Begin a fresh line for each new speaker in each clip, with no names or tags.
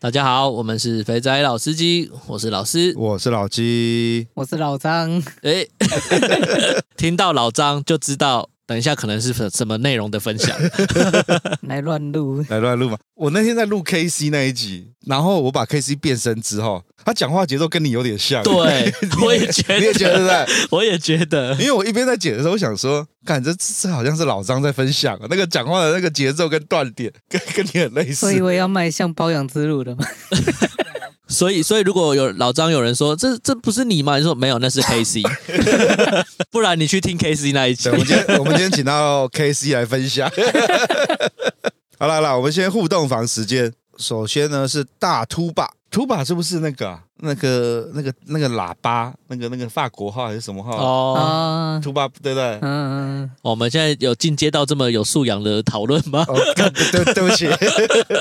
大家好，我们是肥仔老司机，我是老师。
我是老鸡，
我是老张，
哎、 听到老张就知道，等一下可能是什么内容的分 享。
来乱录。
来乱录嘛。我那天在录 K C 那一集，然后我把 K C 变身之后，他讲话节奏跟你有点像。，
对，我也觉 得，
你也觉得对不对？
我也觉得
因为我一边在剪的时候，我想说，看这这好像是老张在分享那个讲话的那个节奏跟断点，跟跟你很类
所以
似。
我要迈向包养之路了嘛。
所以，所以如果有老张有人说这这不是你吗？你说没有，那是 K C，不然你去听 K C 那一集
对，我。们今天我们今天请到 K C 来分享。好啦好啦，我们先互动房时间。首先呢是大秃把，秃把是不是那个啊、那个那个那个喇叭，那个那个法国号还是什么号？
哦，
啊，
秃把对不对？
嗯，嗯
我们现在有进阶到这么有素养的讨论吗？
哦，干对对不起。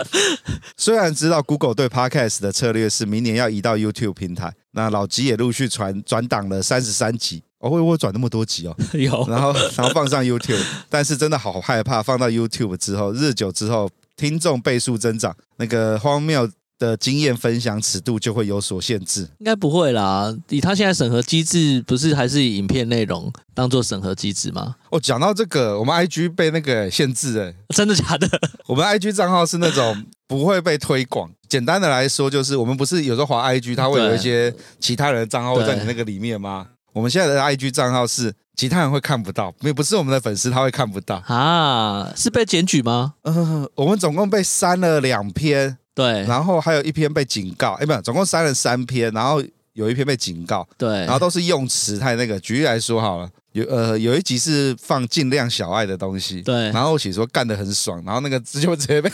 虽然知道 Google 对 Podcast 的策略是明年要移到 YouTube 平台，那老吉也陆续传转档了三十三集，哦，会不会转那么多集哦？
有，
然后然后放上 YouTube，但是真的好害怕，放到 YouTube 之后，日久之后，听众倍数增长，那个荒谬的经验分享尺度就会有所限制。
应该不会啦。以他现在审核机制，不是还是以影片内容当做审核机制吗？
哦，讲到这个，我们 IG 被那个限制哎，
真的假 的？
我们 IG 账号是那种不会被推广。简单的来说，就是我们不是有时候滑 IG，它会有一些其他人的账号会在你那个里面吗？我们现在的 IG 账号是其他人会看不到，没有不是我们的粉丝他会看不到。
啊，是被检举吗？
呃，我们总共被删了两篇，
对
然后还有一篇被警告，哎，不，总共删了三篇，然后有一篇被警告，
对
然，后都是用词太那个。举例来说好了，有呃有一集是放尽量小爱的东西，
对
然后我写说干得很爽，然后那个字就直接 被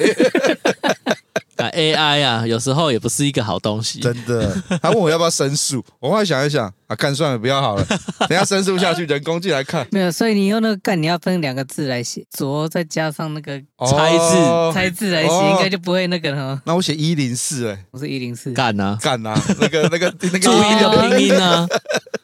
啊 AI 啊，有时候也不是一个好东西。
真的，他问我要不要申诉，我后来想一想啊，干算了，不要好了，等一下申诉 下去，人工进来看，
没有，所以你用那个“干”，你要分两个字来写，左再加上那个
猜字
哦
猜字来写，
哦
应该就不会那个了。哦
那我写一零四哎，
我是一零四，
干 啊，
干啊，那 个那个那个
注意的拼音啊，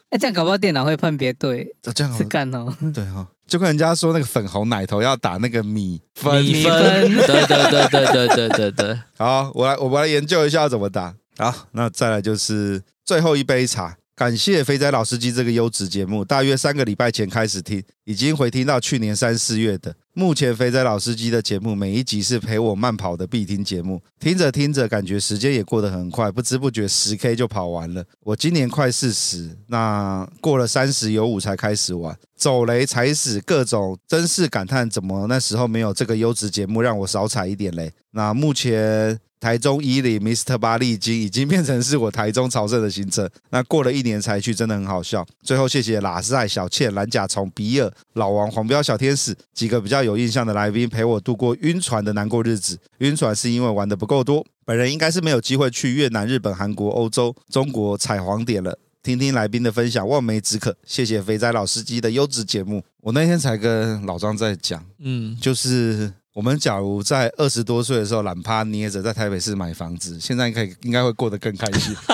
哎，这样搞不好电脑会判别对
哦这样好
是干哦。
对哈、哦，就跟人家说那个粉红奶头要打那个米分，
米
分
分，对对对对对对对对，
好，我来我们来研究一下要怎么打。好，那再来就是最后一杯茶。感谢肥仔老司机这个优质节目，大约三个礼拜前开始听，已经回听到去年三四月的。目前肥仔老司机的节目每一集是陪我慢跑的必听节目，听着听着感觉时间也过得很快，不知不觉十 K 就跑完了。我今年快四十，那过了三十有五才开始玩，走雷踩死各种，真是感叹怎么那时候没有这个优质节目让我少踩一点雷。那目前台中伊里 Mr. 巴利金已经变成是我台中朝圣的行程。那过了一年才去，真的很好笑。最后谢谢拉塞、小倩、蓝甲虫、比尔、老王、黄标小天使几个比较有印象的来宾陪我度过晕船的难过日子。晕船是因为玩的不够多，本人应该是没有机会去越南、日本、韩国、欧洲、中国踩黄点了。听听来宾的分享，望梅止渴。谢谢肥仔老司机的优质节目。我那天才跟老张在讲，
嗯，
就是我们假如在二十多岁的时候懒趴捏着在台北市买房子，现在应该应该会过得更开心。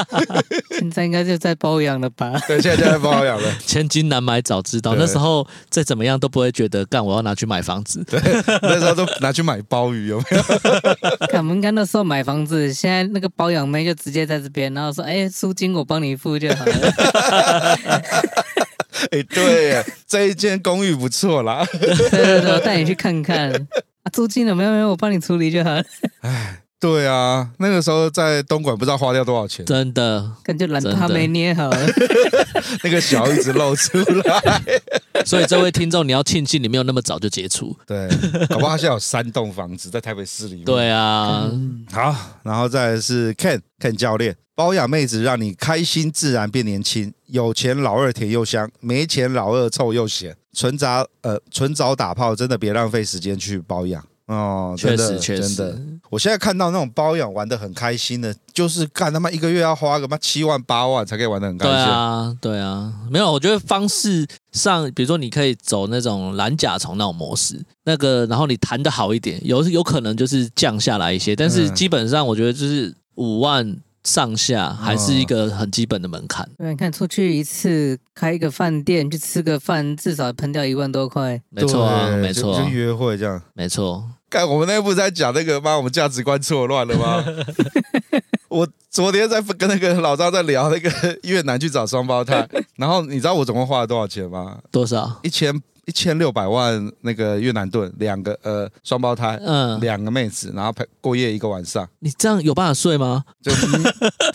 现在应该就在包养了吧？
对，现在就在包养了。
千金难买早知道，
对
那时候再怎么样都不会觉得干，我要拿去买房子。
那时候都拿去买鲍鱼，有没有？
看我们刚那时候买房子，现在那个包养妹就直接在这边，然后说：“哎，租金我帮你付就好了。
哎、对耶， 这一间公寓不错啦。”
对对对，我带你去看看。啊，租金了没有没有，我帮你处理就好了。
对啊，那个时候在东莞不知道花掉多少 钱，
真的。
感觉懒趴没捏好，
那个小一直露出来。
所以这位听众，你要庆幸你没有那么早就接 触。
对，搞不好他现在有三栋房子在台北市里面。
对啊，
好，然后再来是 Ken Ken 教练，包养妹子让你开心自然变年轻，有钱老二甜又香，没钱老二臭又咸，纯杂呃纯早打炮，真的别浪费时间去包养哦，
确
真的
实确
真
实
的。，我现在看到那种包养玩的很开心的，就是干他妈一个月要花个妈七万八万才可以玩的很开
对
心。
啊，对啊，没有，我觉得方式上，比如说你可以走那种蓝甲虫那种模式，那个，然后你弹的好一点，有有可能就是降下来一些，但是
嗯
基本上我觉得就是五万上下还是一个很基本的门槛，
对，你看出去一次，开一个饭店去吃个饭，至少喷掉一万多块。
没错啊，
对
没
就
错
就，约会这样。
没错，
干，我们那部在讲那个妈，我们价值观错乱了 吗？我昨天在跟那个老张在聊那个越南去找双胞 胎，然后你知道我总共花了多少钱吗？
多少？
一千一千六百万那个越南盾，两个呃双胞胎，
嗯，
两个妹子，然后陪过夜一个晚上。
你这样有办法睡吗？
就嗯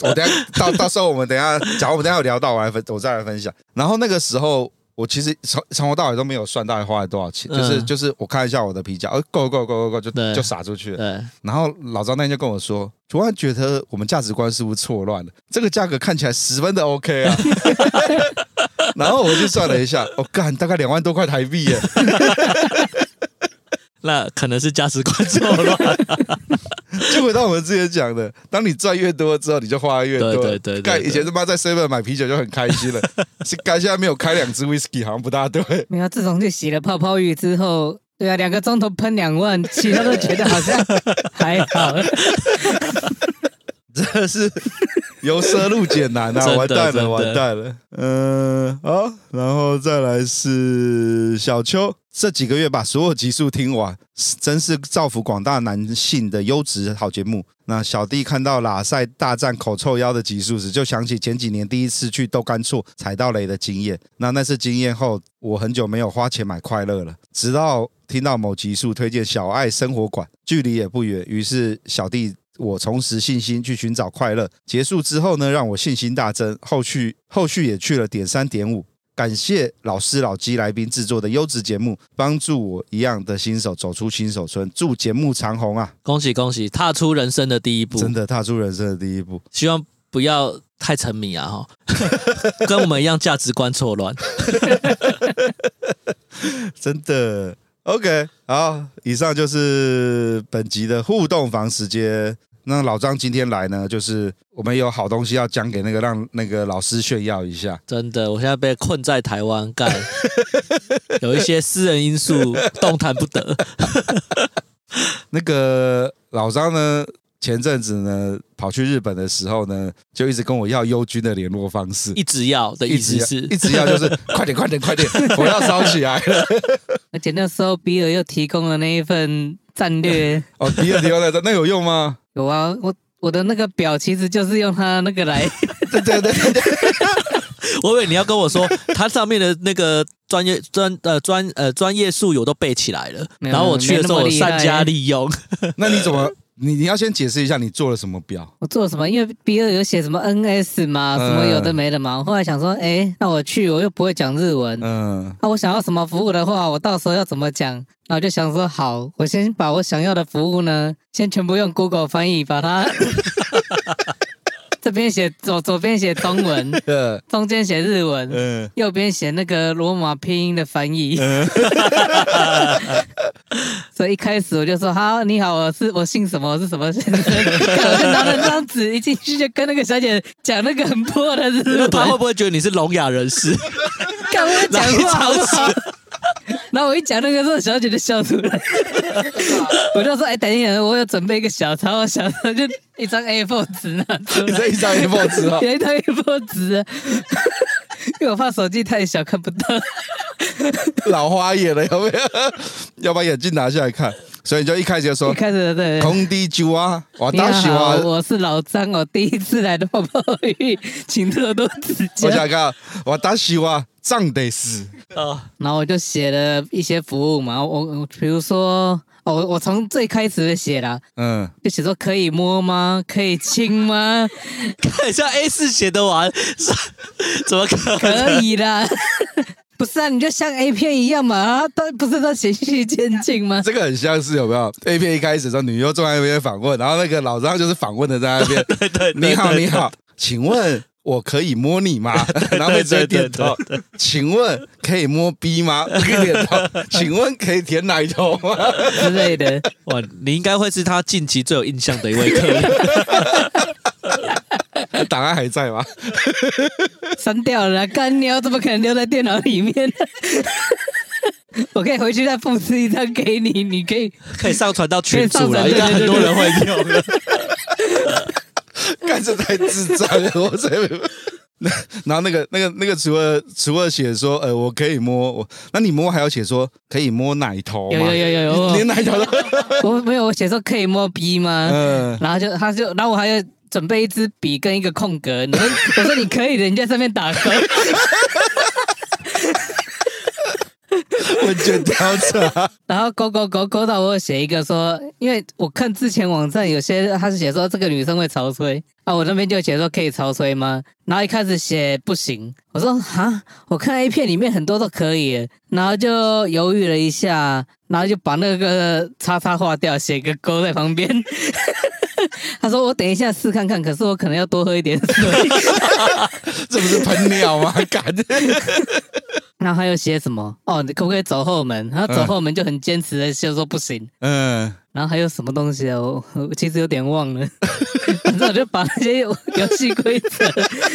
我等一下到到时候我们等一下，假如我们等一下有聊到，我来分我再来分享。然后那个时候我其实从从头到尾都没有算到底花了多少钱，就是
嗯
就是我看一下我的皮夹，哦够够够够够就
对
就撒出去了。
对，
然后老张那天就跟我说，突然觉得我们价值观是不是错乱了？这个价格看起来十分的 OK 啊。 然后我就算了一下，我、干，大概两万多块台币耶。
那可能是价值观错乱，
就回到我们之前讲的，当你赚越多之后，你就花得越多。
对对对对
干
对
以前他妈在 seven 买啤酒就很开心了，是干现在没有开两支 whisky 好像不大对。
没有，自从去洗了泡泡浴之后，对啊，两个钟头喷两万，其他都觉得好像 还好。
真的是由奢入俭难啊！
真的
完蛋了，
真的
完蛋了。嗯，好，然后再来是小邱，这几个月把所有集数听完，真是造福广大男性的优质好节目。那小弟看到拉塞大战口臭腰的集数时，就想起前几年第一次去豆干厝踩到雷的经验。那那次经验后，我很久没有花钱买快乐了，直到听到某集数推荐小爱生活馆，距离也不远，于是小弟我重拾信心去寻找快乐。结束之后呢，让我信心大增。后续后续也去了点三点五。感谢老师老鸡来宾制作的优质节目，帮助我一样的新手走出新手村。祝节目长红啊！
恭喜恭喜，踏出人生的第一步，
真的踏出人生的第一步。
希望不要太沉迷啊，哈， 跟我们一样价值观错乱。
真的。OK，好，以上就是本集的互动房时间。那老张今天来呢，就是我们有好东西要讲给那个让那个老师炫耀一下。
真的，我现在被困在台湾干，有一些私人因素动弹不得。
那个老张呢，前阵子呢跑去日本的时候呢，就一直跟我要优君的联络方式，
一直要的意思
要
是，
一直要就是快点快点快点，我要烧起来了。
而且那时候比尔又提供了那一份战略，
哦，比尔迪欧的那有用吗？
有啊，我我的那个表其实就是用他那个来，
对对对对对，
我以为你要跟我说，它上面的那个专业专呃专呃专业术语我都背起来了，
没有
然后我去的时候
没那么
我
厉害
善加利用。
那你怎么你你要先解释一下你做了什么表？
我做了什么？因为比尔有写什么 NS 嘛，什么有的没的嘛。我后来想说，哎，那我去，我又不会讲日文，
嗯，
那、我想要什么服务的话，我到时候要怎么讲？那我就想说，好，我先把我想要的服务呢，先全部用 Google 翻译把它， 这边写左左边写中文，
呃
中间写日文，
嗯。
右边写那个罗马拼音的翻译。 所以一开始我就说：“哈，你好，我是我姓什么，我是什么先生。” 看我就拿了张纸，一进去就跟那个小姐讲那个很破的日 文，
他会不会觉得你是聋哑人士？
干我讲话好不
哪
好
一？
然后我一讲那个时候，小姐就笑出 来。我就说：“哎、等一下，我有准备一个小抄，我小抄就一张 A4 纸拿出
你
来
这，一张 A4 纸 啊，
有一张 A4 纸 啊，因为我怕手机太小看不到。
老花眼了，有没 有？要把眼镜拿下来看。所以你就一开始就说
一开始对。”
空地酒啊，哦我
你
当喜
好，
欢。
我是老张，我第一次来的泡泡浴，请多多指教
我。想看，我当喜欢藏得死。
啊，
然后我就写了一些服务嘛，我我比如说哦，我我从最开始的写啦，
嗯，
就写说可以摸吗？可以亲吗？
看一下 A 四写得完， 是怎么可能？
可以啦。 不是啊，你就像 A 片一样嘛，啊，都不是都循序渐进吗？
这个很像是有没有 A 片一开始的时候，女优坐在那边访问，然后那个老张就是访问的在那边， 对对你好你好，请问我可以摸你 吗？然后会直接点头，请问可以摸 B 吗？可以 点头，请问可以舔奶头吗？
之类的，
哇，你应该会是他近期最有印象的一位客 人。
档案还在 吗？
删掉了啦，干鸟怎么可能留在电脑里面 呢？我可以回去再复制一张给你，你可以
可以上传到群组了，
可以
应该
上传
很
对对
多
对
人会用的。
干这太智障了，我才没有。那 然后那个那个那个，除了除了写说，呃，我可以摸我，那你摸还要写说可以摸奶头吗？
有有有有有，
连奶头都，
我我没有，我写说可以摸逼吗？
嗯、
然后就他就，然后我还要准备一支笔跟一个空格，你说 我说你可以的，你在上面打勾，
问卷调查，
然后勾勾勾勾到我有写一个说，因为我看之前网站有些他是写说这个女生会潮吹啊，我那边就写说可以潮吹吗？然后一开始写不行，我说哈，我看 A 片里面很多都可以耶，然后就犹豫了一下，然后就把那个叉叉划掉，写个勾在旁边。 他说：“我等一下试看看，可是我可能要多喝一点水。”
这不是喷尿 吗？干，
然后他又写什么？哦，你可不可以走后门？然后走
嗯
后门就很坚持的就说不行。
嗯、
然后还有什么东西啊？我我其实有点忘了， 反正我就把那些游戏规则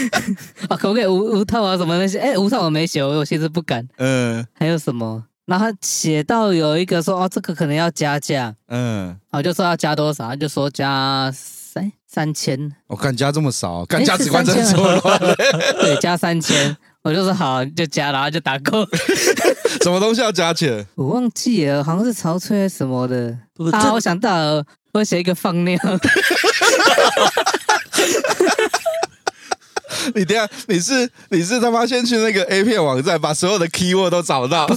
啊，可不可以无无套啊什么那些？哎，无套我没写，我其实不敢。
嗯、
还有什么？然后他写到有一个说哦，这个可能要加价，
嗯。
我就说要加多少，他就说加三三千，
我干加这么少，干
诶
价值观
是
真
哎三千
错乱，
对，加三千，我就说好就加，然后就打勾。
什么东西要加钱？
我忘记了，好像是潮吹还是什么的。
不
啊，
这
我想到了，我写一个放尿，
你等一下你是你是他妈先去那个 A 片网站把所有的 keyword 都找到，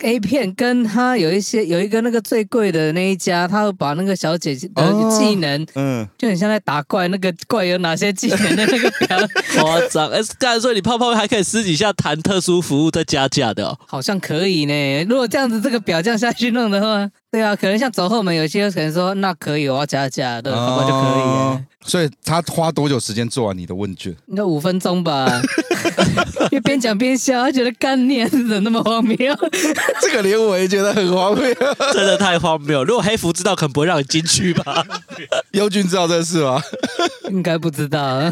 A 片跟他有一些有一个那个最贵的那一家，他会把那个小姐姐的
哦
技能，
嗯，
就很像在打怪，那个怪有哪些技能的那个表，
夸张！哎、刚才说你泡泡还可以私底下谈特殊服务再加价的、哦，
好像可以呢。如果这样子这个表这样下去弄的话，对啊，可能像走后门有些可能说那可以，我要加价，对，差不多就可以了
哦。所以他花多久时间做啊完你的问卷？
应该五分钟吧，因为边讲边笑，他觉得干念怎么那么荒谬？
这个连我也觉得很荒谬。
真的太荒谬。如果黑服知道，可能不会让你进去 吧？
优君知道这事吗？
应该不知道。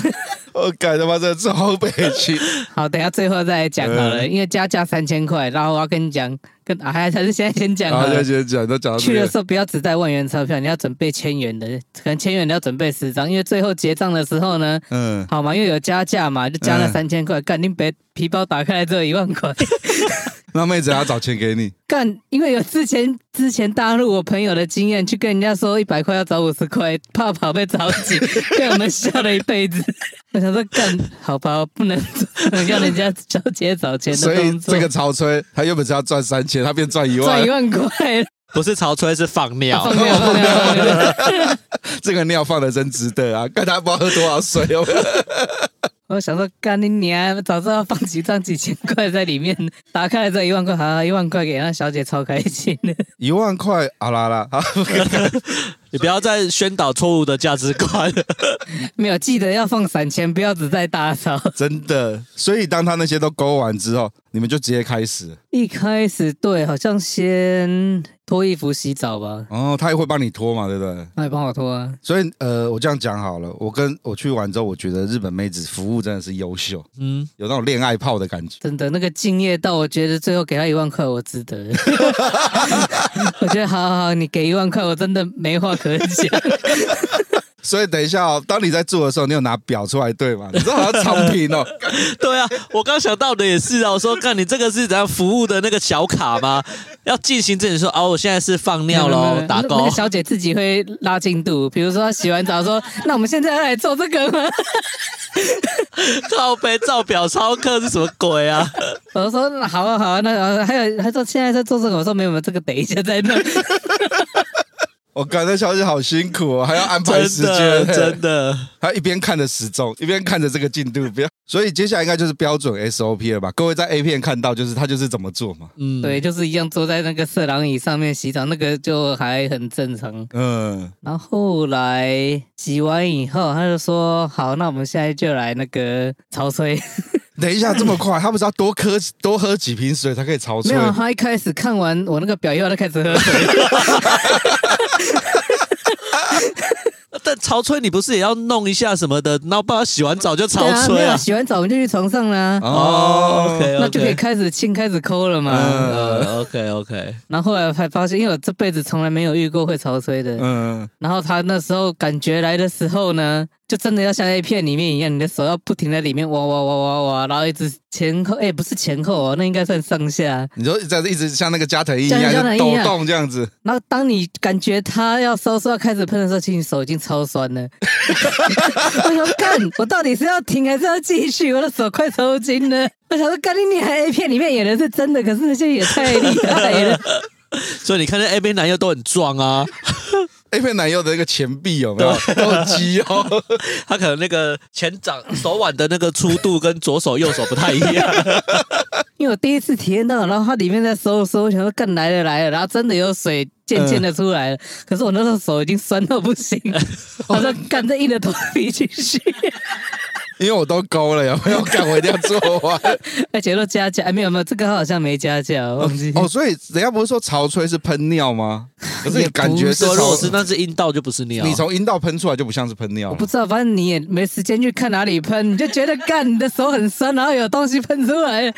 我改他妈真的超悲 情。
好，等一下最后再来讲好了，因为加价三千块，然后我要跟你讲，跟啊还还是现在先讲
然
好
后就
了。
觉得讲都讲到这
去的
个，
时候不要只带万元钞票，你要准备千元的，可能千元的要准备十张，因为最后结账的时候呢，
嗯，
好嘛，因为有加价嘛，就加了
嗯
三千块，干，你别皮包打开来只有一万块，
那妹子要找钱给你，
干，因为有之前之前大陆我朋友的经验，去跟人家说一百块要找五十块，怕跑被找紧， 被我们笑了一辈子。我想说干，好吧，我不能不能要人家小姐找钱
所
的
以
动作。
这个曹吹他原本是要赚三千，他变赚一
赚
万
一，万块，
不是潮吹，是放尿。
放掉放掉放掉。
这个尿放的真值得啊！看他不知道喝多少水哦。
我想说，干你娘！早知道放几张几千块在里面，打开来这一万块，好，一万块给那小姐超开心的。
一万块，好啦啦， 好，
你不要再宣导错误的价值观 了。
没有记得要放散钱，不要只在大扫。
真的。所以当他那些都勾完之后，你们就直接开始。
一开始对，好像先脱衣服洗澡吧，
哦，他也会帮你脱嘛，对不对？
那你帮我脱啊。
所以呃，我这样讲好了，我跟我去完之后，我觉得日本妹子服务真的是优秀，
嗯，
有那种恋爱泡的感觉。
真的，那个敬业到我觉得最后给他一万块，我值得。我觉得好好好，你给一万块，我真的没话可讲。
所以等一下哦，当你在做的时候，你有拿表出来对吗？你知道好像藏品哦，
对啊，我刚想到的也是啊。我说，看你这个是怎样服务的那个小卡吗？要进行这，你说哦，我现在是放尿
没有没有没
喽
有，
打
那那
勾
个。小姐自己会拉进度，比如说她洗完澡说：“那我们现在要来做这个吗
靠背照表超课是什么鬼啊？？”
我说：“好啊，好啊。”那然后还有，她说：“现在在做这个。”我说：“没有，没有，这个等一下再弄。”
我感觉小姐好辛苦哦，还要安排时
真
间，
的真的，
还一边看着时钟，一边看着这个进度表。 所以接下来应该就是标准 SOP 了吧？各位在 A 片看到就是他就是怎么做嘛。
嗯，
对，，就是一样坐在那个色狼椅上面洗澡，那个就还很正常。
嗯，
然后后来洗完以后，他就说：“好，那我们现在就来那个潮吹。
等一下这么快，他不是要多喝多喝几瓶水才可以潮”
没
吹？
有，他一开始看完我那个表以后，他开始喝水。
但潮吹你不是也要弄一下什么的，那不然洗完澡就 潮
对啊
吹
没有
啊？
洗完澡我们就去床上啦，
哦，OK，
那就可以开始亲，开始抠了嘛。
呃，OK OK，
然后后来才发现，因为我这辈子从来没有遇过会潮吹的。
嗯，
然后他那时候感觉来的时候呢，就真的要像 A 片里面一样，你的手要不停在里面挖挖挖挖挖，然后一直前后，哎、不是前后哦，那应该算上下。
你说这样子一直像那个加藤鹰一
像
样
加藤
就
鹰一
抖
样
动这样子，
然后当你感觉它要收缩要开始喷的时候，其实你手已经超酸了。我想干，我到底是要停还是要继续？我的手快抽筋了。我想说，干你还 A 片里面演的是真的，可是那些也太厉害了。
所以你看这 A 边男优都很壮啊，
A 片男优的那个前臂有没有都很肌 哦？
他可能那个前掌手腕的那个粗度跟左手右手不太一样。
因为我第一次体验到，然后它里面在收缩，我想说更来了来了，然后真的有水渐渐的出来
呃
了，可是我那时候手已经酸到不 行，我说干这硬着头皮继续，
因为我都勾了，有没有？干我一定要做 完。
而且都加价，哎没有没有，这个好像没加价，我忘记。
哦，所以人家不是说潮吹是喷尿吗？可是你
也不
感觉
是
潮
说如果是那是阴道就不是尿，
你从阴道喷出来就不像是喷尿
我
了
不知道，反正你也没时间去看哪里喷，你就觉得干你的手很酸，然后有东西喷出来 了，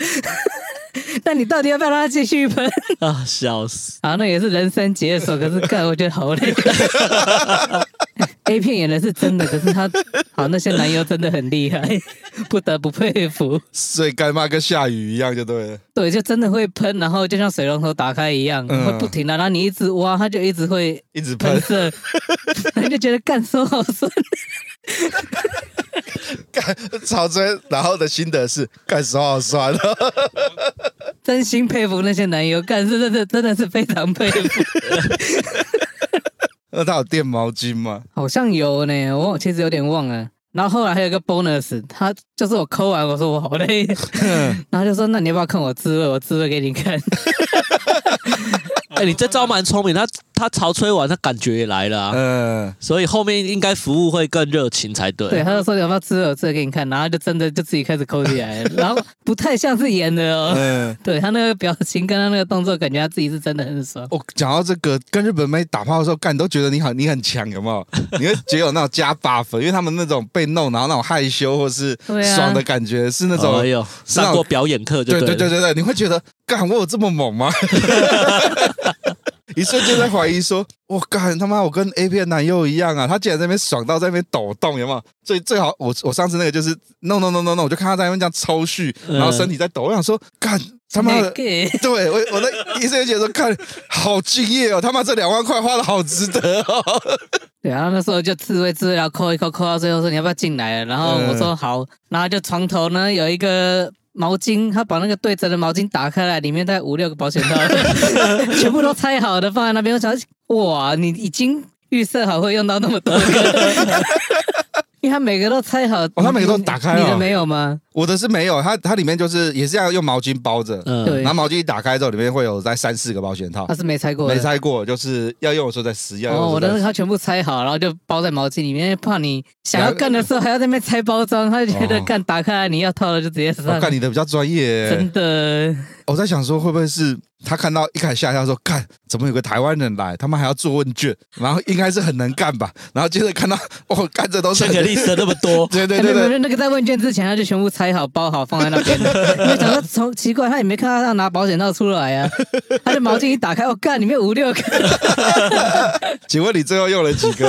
那你到底要不要让它继续喷？
啊笑 死，
啊，那也是人生解锁，可是干我觉得好累。A 片演的是真的，可是他好那些男优真的很厉害， 不得不佩服。
所以干妈跟下雨一样就对了。
对，就真的会喷，然后就像水龙头打开一样，
嗯
会不停的，然后你一直挖，它就一直会
一直
喷
喷，
射， 然后就觉得干手好酸。
干潮吹，然后的心得是干手好酸哦。
真心佩服那些男优，干是真的真的是非常佩服。
那他有垫毛巾吗？
好像有呢，我其实有点忘了。然后后来还有一个 bonus，他就是我抠完，我说我好累，
嗯
然后就说那你要不要看我自慰？我自慰给 你看。
哎、你这招蛮聪明，他他潮吹完他感觉也来了啊，
嗯，
所以后面应该服务会更热情才对。
对，他就说你要不要自慰？我自慰给你看。然后就真的就自己开始抠 起来了，然后不太像是演的哦。
嗯，
对他那个表情跟他那个动作，感觉他自己是真的很爽。
我讲到这个，跟日本妹打炮的时候，干你都觉得你很你很强，有没 有？你会觉得有那种加 buff，因为他们那种被弄，然后那种害羞或是
对啊
爽的感觉，是那种
哎呦，上过表演课就
对
对
对
了
对对对，你会觉得干我有这么猛 吗？一瞬间在怀疑说，我干他妈我跟 A 片男优一样啊！他竟然在那边爽到在那边抖动，有没有？最最好我我上次那个就是 no no no no no，我就看他在那边这样抽蓄，然后身体在抖，我想说干他妈的。
那个
对我，我那一瞬间觉得看好敬业哦，他妈这两万块花的好值得哦。
对，然后那时候就自慰自慰，然后抠一抠，抠到最后说你要不要进来了？然后我
嗯
说好，然后就床头呢有一个毛巾，他把那个对折的毛巾打开来，里面大概五六个保险 套，全部都拆好的放在那边。我想哇，你已经预设好会用到那么多个， 因为他每个都拆好，
哦他每个都打开了
你的没有吗？
我的是没有，它它里面就是也是要用毛巾包着，
嗯
对
然后毛巾一打开之后，里面会有在三四个保险套
他。是没拆过的，
没拆过，就是要用的时候再撕，要用
哦，我
的时
的
候再
那个
撕。
他全部拆好，然后就包在毛巾里面，因为怕你想要干的时候还要在那边拆包装，他就觉得
哦
干打开来你要套了就直接上
我、。看你的比较专业欸，
真的，
我在想说会不会是他看到一开始下下说，看怎么有个台湾人来，他们还要做问卷，然后应该是很能干吧， 然后接着看到哦，干这都是
这
很，
个历史那么多
对对
哎
对
没有没
对，
有那个在问卷之前他就全部拆好包好放在 那边，因为想说从奇怪他也没看到他拿保险套出 来啊，他的毛巾一打开，我干里面五六个，
请问你最后用了几 个？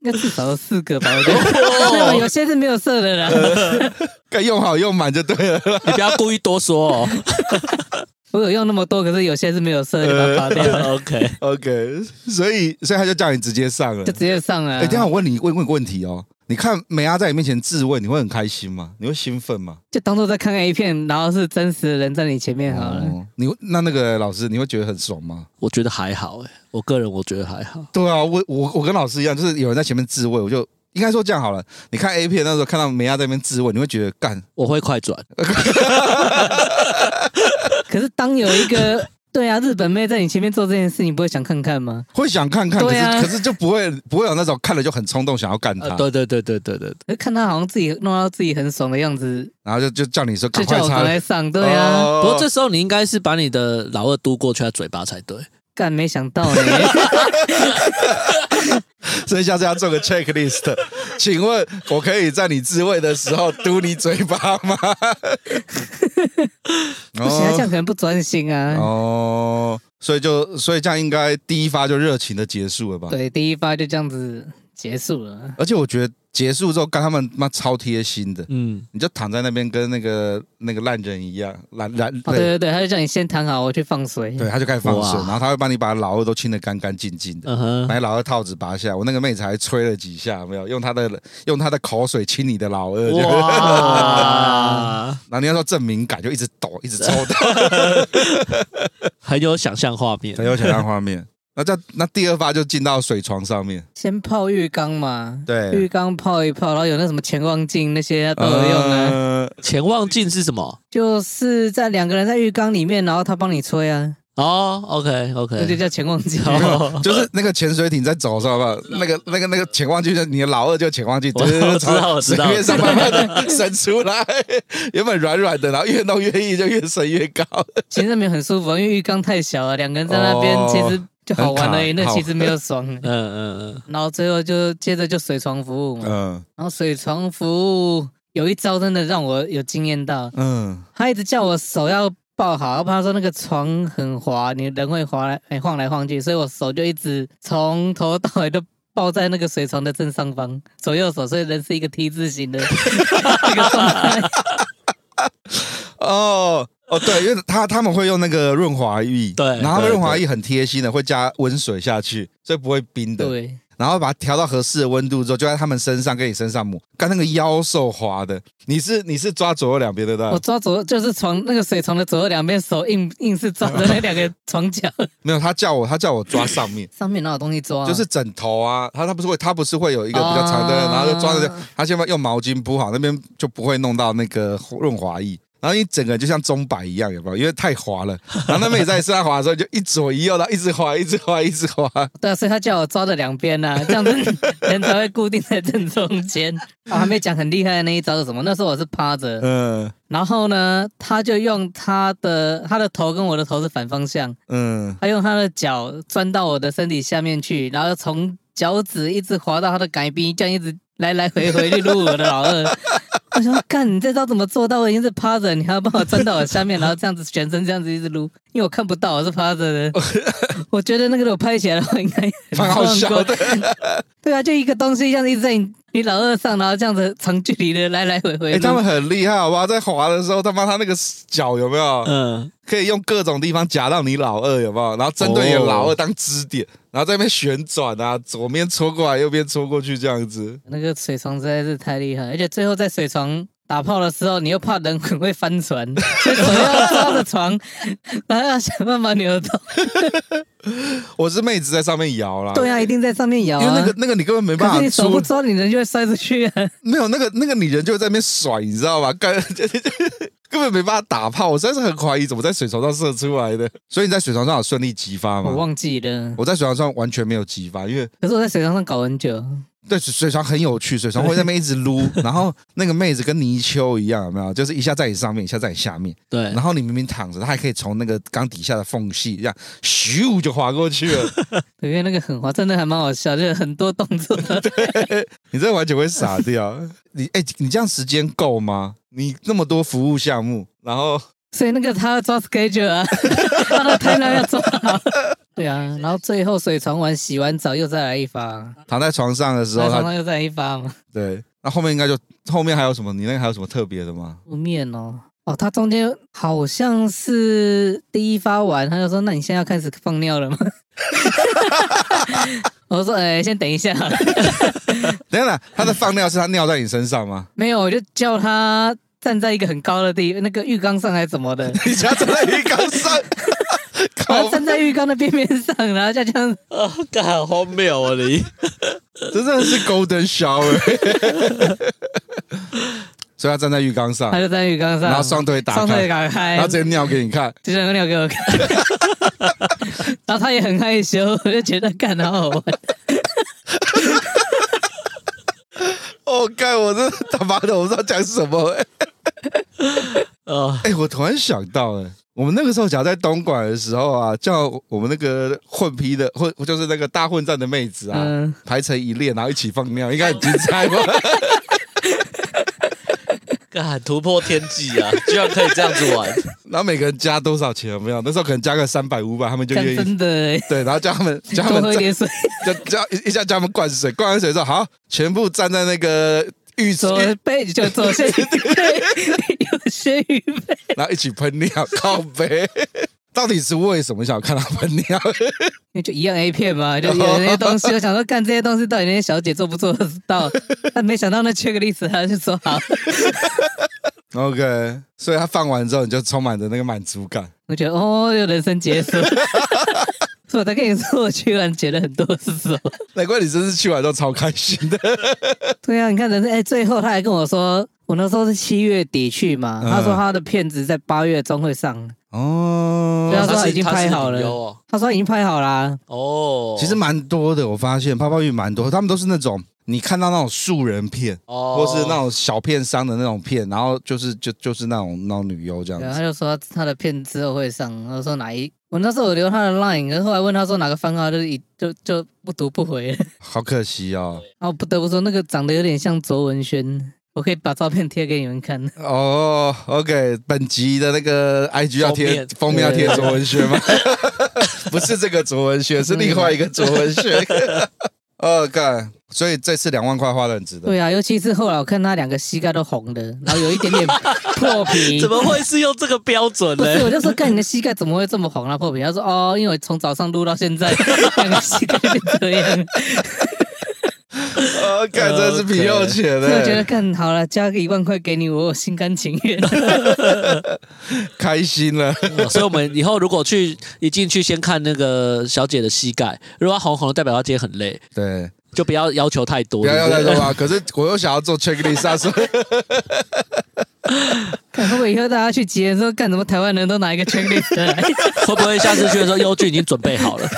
应该至少有四个吧，我觉
哦
得，没有有些是没有
呃
色的啦。
该用好用满就对了。
你不要故意多说哦。
我有用那么多，可是有些是没有设，就
呃
把它拔 掉，
OK，
OK，所以所以他就叫你直接上了
就。直接上了
哎、
啊。
等一下我问你问问个问题哦，你看美阿在你面前质问，你会很开心吗？你会兴奋吗？
就当做在看 A 片，然后是真实的人在你前面好了。
哦，你那那个老师，你会觉得很爽吗？
我觉得还好哎、我个人我觉得还好。
对啊，我我我跟老师一样，就是有人在前面质问，我就应该说这样好了。你看 A 片那时候看到梅亚在那边质问，你会觉得干
我会快转，
可是当有一个 对啊日本妹在你前面做这件事，你不会想看看吗？
会想看看，可
对
是、
啊
可是就不会不会有那种看了就很冲动想要干他，
呃，对对对对对对，对
可是看她好像自己弄到自己很爽的样子，
然后就就叫你说
就
赶快
叫我
擦
赶，快上。对啊，
哦
不过这时候你应该是把你的老二嘟过去他嘴巴才对，
干没想到呢，
所以下次要做个 checklist，请问我可以在你自慰的时候嘟你嘴巴吗？
不行，她啊这样可能不专心啊。
哦，所以就所以这样应该第一发就热情的结束了吧？。
对，第一发就这样子结束了。
而且我觉得结束之后，干他们妈超贴心的，
嗯，
你就躺在那边跟那个那个烂人一样，烂烂
哦，对对对，她就叫你先躺好，我去放水。
对，他就开始放水，
哇
然后他会帮你把老二都清得干干净净的。
嗯哼，
把老二套子拔下，我那个妹子还吹了几下，有没有用她的用她的口水亲你的老二，就
哇，
然后你要说证明感就一直抖，一直抽抖，
很有想象画 面
很，有想象画面。 那这那第二发就进到水床上面，
先泡浴缸嘛，浴
对，
缸泡一泡，然后有那什么潜望镜那些都有用啊。
呃
潜望镜是什么？
就是在两个人在浴缸里面，然后他帮你吹啊，
哦，OK
那就
OK，
叫潜望 镜。
哦，
就是那个潜水艇在走，知道吧？那个、那个、那个潜望镜，就是你的老二就潜望镜，
我
对对对
我知道我知道
水面上慢慢的伸出 来，原本软软的，然后越弄越硬，就越伸越高。
其实那边很舒服，因为浴缸太小了，两个人在那边
哦
其实就好玩而已，
很
那
卡
其实没有爽。
嗯嗯嗯，
然后最后就接着就水床服务嘛，
嗯
然后水床服务有一招真的让我有惊艳到，
嗯，
他一直叫我手要抱好，要不然他说那个床很滑，你人会滑来、哎、晃来晃去，所以我手就一直从头到尾都抱在那个水床的正上方，左右手，所以人是一个 T 字形的 这个状态。
哦。哦，对，因为他他们会用那个润滑液，
对
然后他们
对
润滑液很贴心的，会加温水下去，所以不会冰的。
对，
然后把它调到合适的温度之后，就在他们身上跟你身上抹，干那个腰受滑的。你是你是抓左右两边对不
我
对？
抓左就是床那个水床的左右两边，手硬硬是抓着那两个床角，
没有，他叫我他叫我抓上面
上面哪有东西抓啊、
就是枕头啊。他他不是会他不是会有一个比较长的，
啊
然后就抓着就，他先把用毛巾铺好，那边就不会弄到那个润滑液。然后你整个就像钟摆一样，有没有？因为太滑了。然后那妹子在身上滑的时候，就一左一右，然后一直滑，一直滑，一直滑。
对啊，所以他叫我抓着两边呐、这样子人才会固定在正中间。我、还没讲很厉害的那一招是什么？那时候我是趴着，
嗯
然后呢，他就用他的他的头跟我的头是反方向，
嗯，
他用他的脚钻到我的身体下面去，然后从脚趾一直滑到他的改逼，这样一直来来回回去撸我的老 二。我想说，看你这招怎么做到？我已经是趴着，你还要帮我钻到我下面，然后这样子全身这样子一直撸，因为我看不到，我是趴着 的。我觉得那个我拍起来的话，应该
蛮好笑的
很壮观。 对啊，就一个东西这样子一直在你你老二上，然后这样子长距离的来来回回
哎、
撸。
他们很厉害，好不好？在滑的时候，他妈他那个脚有没有？
嗯，
可以用各种地方夹到你老二，有没有？然后针对你的老二当支点，然后在那边旋转啊，左边戳过来，右边戳过去，这样子。
那个水床实在是太厉害，而且最后在水床打炮的时候，你又怕人很会翻船，所以手要抓着床，然后要想办法扭动。
我是妹子在上面摇啦，
对啊，一定在上面摇
因为
啊。
那个那个你根本没办
可是
法
你手不
出，
抓，你人就会摔出去啊！
没有那个那个女人就在那边甩，你知道吧？干 根本没办法打炮，我实在是很怀疑怎么在水床上射出来的。所以你在水床上有顺利激发
我
吗？
忘记了，
我在水床上完全没有激发，因为
可是我在水床上搞很久，
对，水水床很有趣，水床会在那边一直撸， 然后那个妹子跟泥鳅一样，有没有？就是一下在你上面，一下在你下面，
对
然，后你明明躺着，它还可以从那个缸底下的缝隙这样咻就滑过去了，
因为那个很滑，真的还蛮好笑，就是很多动作。
你这完全会傻掉。 你哎、你这样时间够吗？你那么多服务项目，然后
所以那个他要抓 schedule 啊，他的 t i 要抓好。对啊，然后最后水床完洗完澡又再来一发，
躺在床上的时
在
候，
床
他
上又再来一发嘛。
对，那后面应该就后面还有什么？你那个还有什么特别的吗？
后面哦，哦，他中间好像是第一发完，他就说：“那你现在要开始放尿了吗？” 我说：“哎、先等一下。
等一下，他的放尿是他尿在你身上吗”？
没有，我就叫他站在一个很高的地，那个浴缸上还是怎么的，
你家站在浴缸 上，
然
靠
后，站在浴缸的边边上，然后就这样
啊，干好荒谬啊 你！
这真的是 golden shower。所以他站在浴缸上
他，就在浴缸上，
啊然后双腿打开
双腿打开，
然后直接尿给你看。
就想尿给 我看，然后他也很害羞，我就觉得干好好玩。
哦，干！我这他妈的，我不知道讲什么、欸。
啊，
哎、我突然想到、欸，哎，我们那个时候假如在东莞的时候啊，叫我们那个混批的混，就是那个大混战的妹子啊，
嗯
排成一列，然后一起放尿，应该很精彩 吧？
干突破天际 啊，居然可以这样子玩，
然后每个人加多少钱有没有？那时候可能加个三百五百，他们就
干
愿意。
真的欸，
对，然后叫他们，叫他
多喝
们
一
站，
点水，
叫叫一下叫他们灌水，灌完水之后，好，全部站在那个浴池，
左背就左先对，有些预备。
然后一起喷尿，靠背。到底是为什么想看他喷尿？
因为就一样 A 片嘛，就有那些东西，我想说干这些东西到底那些小姐做不做得到？但没想到那缺个例子，他就说好，
OK，所以他放完之后，你就充满着那个满足感。
我觉得哦，有人生解锁。所以我在跟你说，我去完觉得很多是什么？
难怪你这次去玩都超开心的。
对啊，你看人家哎，最后他还跟我说，我那时候是七月底去嘛，
嗯
他说他的片子在八月中会上，
哦
对他啊说
是
已经拍
是
好了
女优哦
他说已经拍好啦。
哦，
其实蛮多的，我发现泡泡浴蛮多，他们都是那种你看到那种素人片，
哦
或是那种小片商的那种片，然后就是就就是那种那种女优这样
然后
子。
他就说他的片之后会上，然后说哪一，我那时候我留他的 line，然后后来问他说哪个番号，就是一就就不读不回了。
好可惜哦。
然后不得不说，那个长得有点像卓文萱，我可以把照片贴给你 们看。
哦，OK，本集的那个 IG 要贴封
封
面
面
要贴卓文萱吗？ 不是这个卓文萱，是另外一个卓文萱。 哦，干！所以这次两万块花的很值得。
对啊，尤其是后来我看他两个膝盖都红的，然后有一点 点破 皮。
怎么会是用这个标准
不
呢？
是，我就说，干你的膝盖怎么会这么红啊？破皮？他说，哦，因为我从早上撸到现在， 两个膝盖变 这样。
哦，干，
呃
真是皮肉钱欸
所以我觉
嘞
得，，干好了，加个一万块给你，我心甘情愿。
开心了。
哦 所以我们以后如果去一进去先看那个小姐的膝盖，如果她红红的，代表她今天很累，
对，
就不要要求太多。
不要要
对
太
不
多
对
吧。可是我又想要做 checklist，啊所以
看会不会以后大家去吉安说，干什么台湾人都拿一个 checklist 来？
会不会下次去的时候，优俊已经准备好了？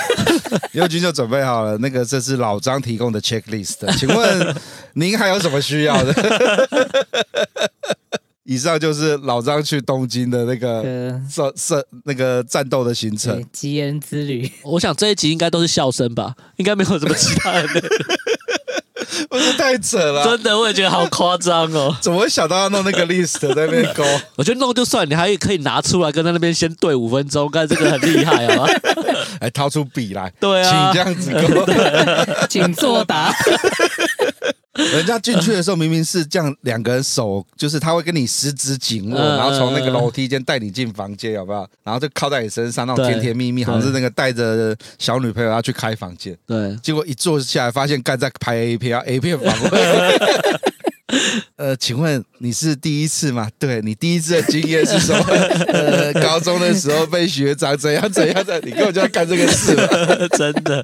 尤军就准备好了，那个这是老张提供的 checklist，请问您还有什么需要的？ 以上就是老张去东京的那个
呃
射射那个战斗的行
对
程。，
吉安之旅。
我想这一集应该都是笑声吧，应该没有什么其 他的内容。
不是太扯了，啊
真的，我也觉得好夸张 哦。
怎么会想到要弄那个 list 在那边勾？
我觉得弄就算，你还可以拿出来跟在那边先对五分钟，看这个很厉害 啊。
哎，掏出笔来，
对
请
啊
这样子 勾。
请作答。
人家进去的时候明明是这样，两个人手就是他会跟你十指紧握，
嗯
然后从那个楼梯间带你进房间，有没有？然后就靠在你身上那种
对
甜甜蜜蜜，好像是那个带着小女朋友要去开房间。
对，
结果一坐下来，发现干在拍 A 片，要 A 片访问。呃，请问你是第一次吗？对你第一次的经验是什么？呃，高中的时候被学长怎样怎样的，你根本就要干这个事嘛。
真的，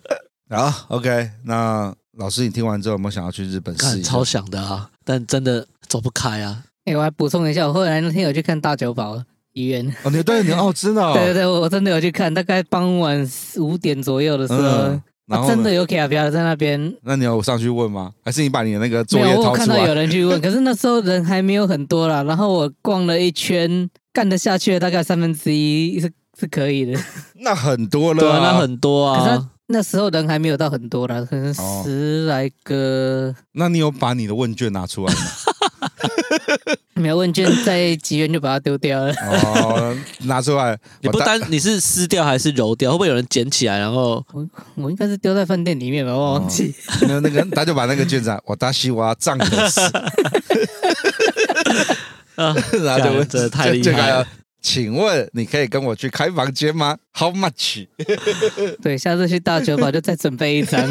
好，OK，那老师，你听完之后有没有想要去日本试
看
一下
超？想的啊，但真的走不开啊。
哎、我还补充一下，我后来那天有去看大久保医院。
哦，你对，你 哦，真的、哦，
对对对，我我真的有去看，大概傍晚五点左右的时候，
嗯然
啊
后
真的
呢，
有卡标在那边。
那你有上去问吗？还是你把你的那个作
没
业
有，我有
掏
看
出
到有
来？
人去问，可 是那时候人还没有很多啦。然后我逛了一圈，干得下去的大概三分之一是是可以的。
那很多
对
了、
啊，那很多
可是
啊
他。那时候人还没有到很多啦，可能
哦
十来个。
那你有把你的问卷拿出来 吗？
没有问卷在吉原就把它丢掉 了。
哦，拿出来，
你不
我
单你是撕掉还是揉掉，会不会有人捡起来然后
我应该是丢在饭店里面吧，我
哦
忘记。
那啊 那个，他就把那个卷子啊，我达西娃藏的死，
啊，
然后就问，
真的太厉
就就
害了
要请问你可以跟我去开房间吗？How much？
对，下次去大酒保就再准备一 张。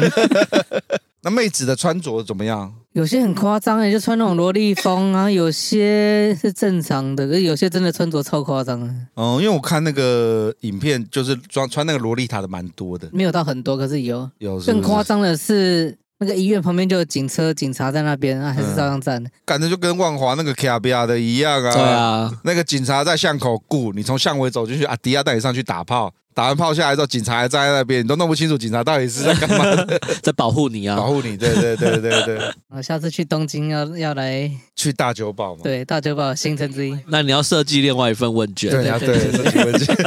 那妹子的穿着怎么样？
有些很夸张哎，就穿那种萝莉风啊，有些是正常的，可是有些真的穿着超夸张的，
哦，因为我看那个影片，就是装穿那个洛丽塔的蛮多的，
没有到很多，可是有。
有是不
更
是
夸，张的是，那个医院旁边就有警车，警察在那边
嗯
啊，还是照样站。
感觉就跟万华那个卡比亚的一样啊。
对，啊，
那个警察在巷口顾，你从巷尾走进去，阿啊迪亚带你上去打炮，打完炮下来之后，警察还站在那边，你都弄不清楚警察到底是在干嘛的，
在保护你啊
保。护你。对对对对对，
啊，下次去东京要要来，
去大酒保嘛。
对大酒保行程之
哦
一。
那你要设计另外一份问卷，
对啊，对，这几问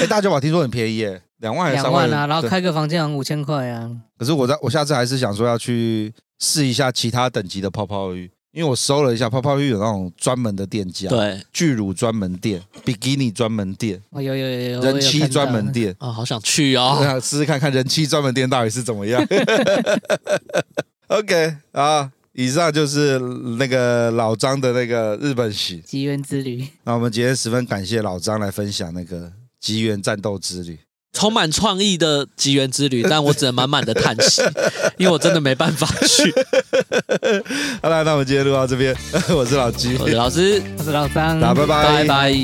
哎，大酒保听说很便宜耶，两万还是
两
三
万啊，然后
对
开个房间好像五千块啊，
可是我在我下次还是想说要去试一下其他等级的泡泡浴，因为我搜了一下，泡泡浴有那种专门的店家，，
对
巨乳专门店、比基尼专门店、
哦有有有有，
人
我有
妻
看到
专门。店。
啊，好想去
我
哦。
想试试看看人气专门店到底是怎么 样。OK 啊，以上就是那个老张的那个日本史。
机缘之旅，
那我们今天十分感谢老张来分享那个吉原战斗之旅。
充满创意的吉原之旅，但我只能满满的叹 息，因为我真的没办法去。
好了，那我们今天录到这边，我是老吉，
我的老师，
我是老张，
大家拜
拜拜。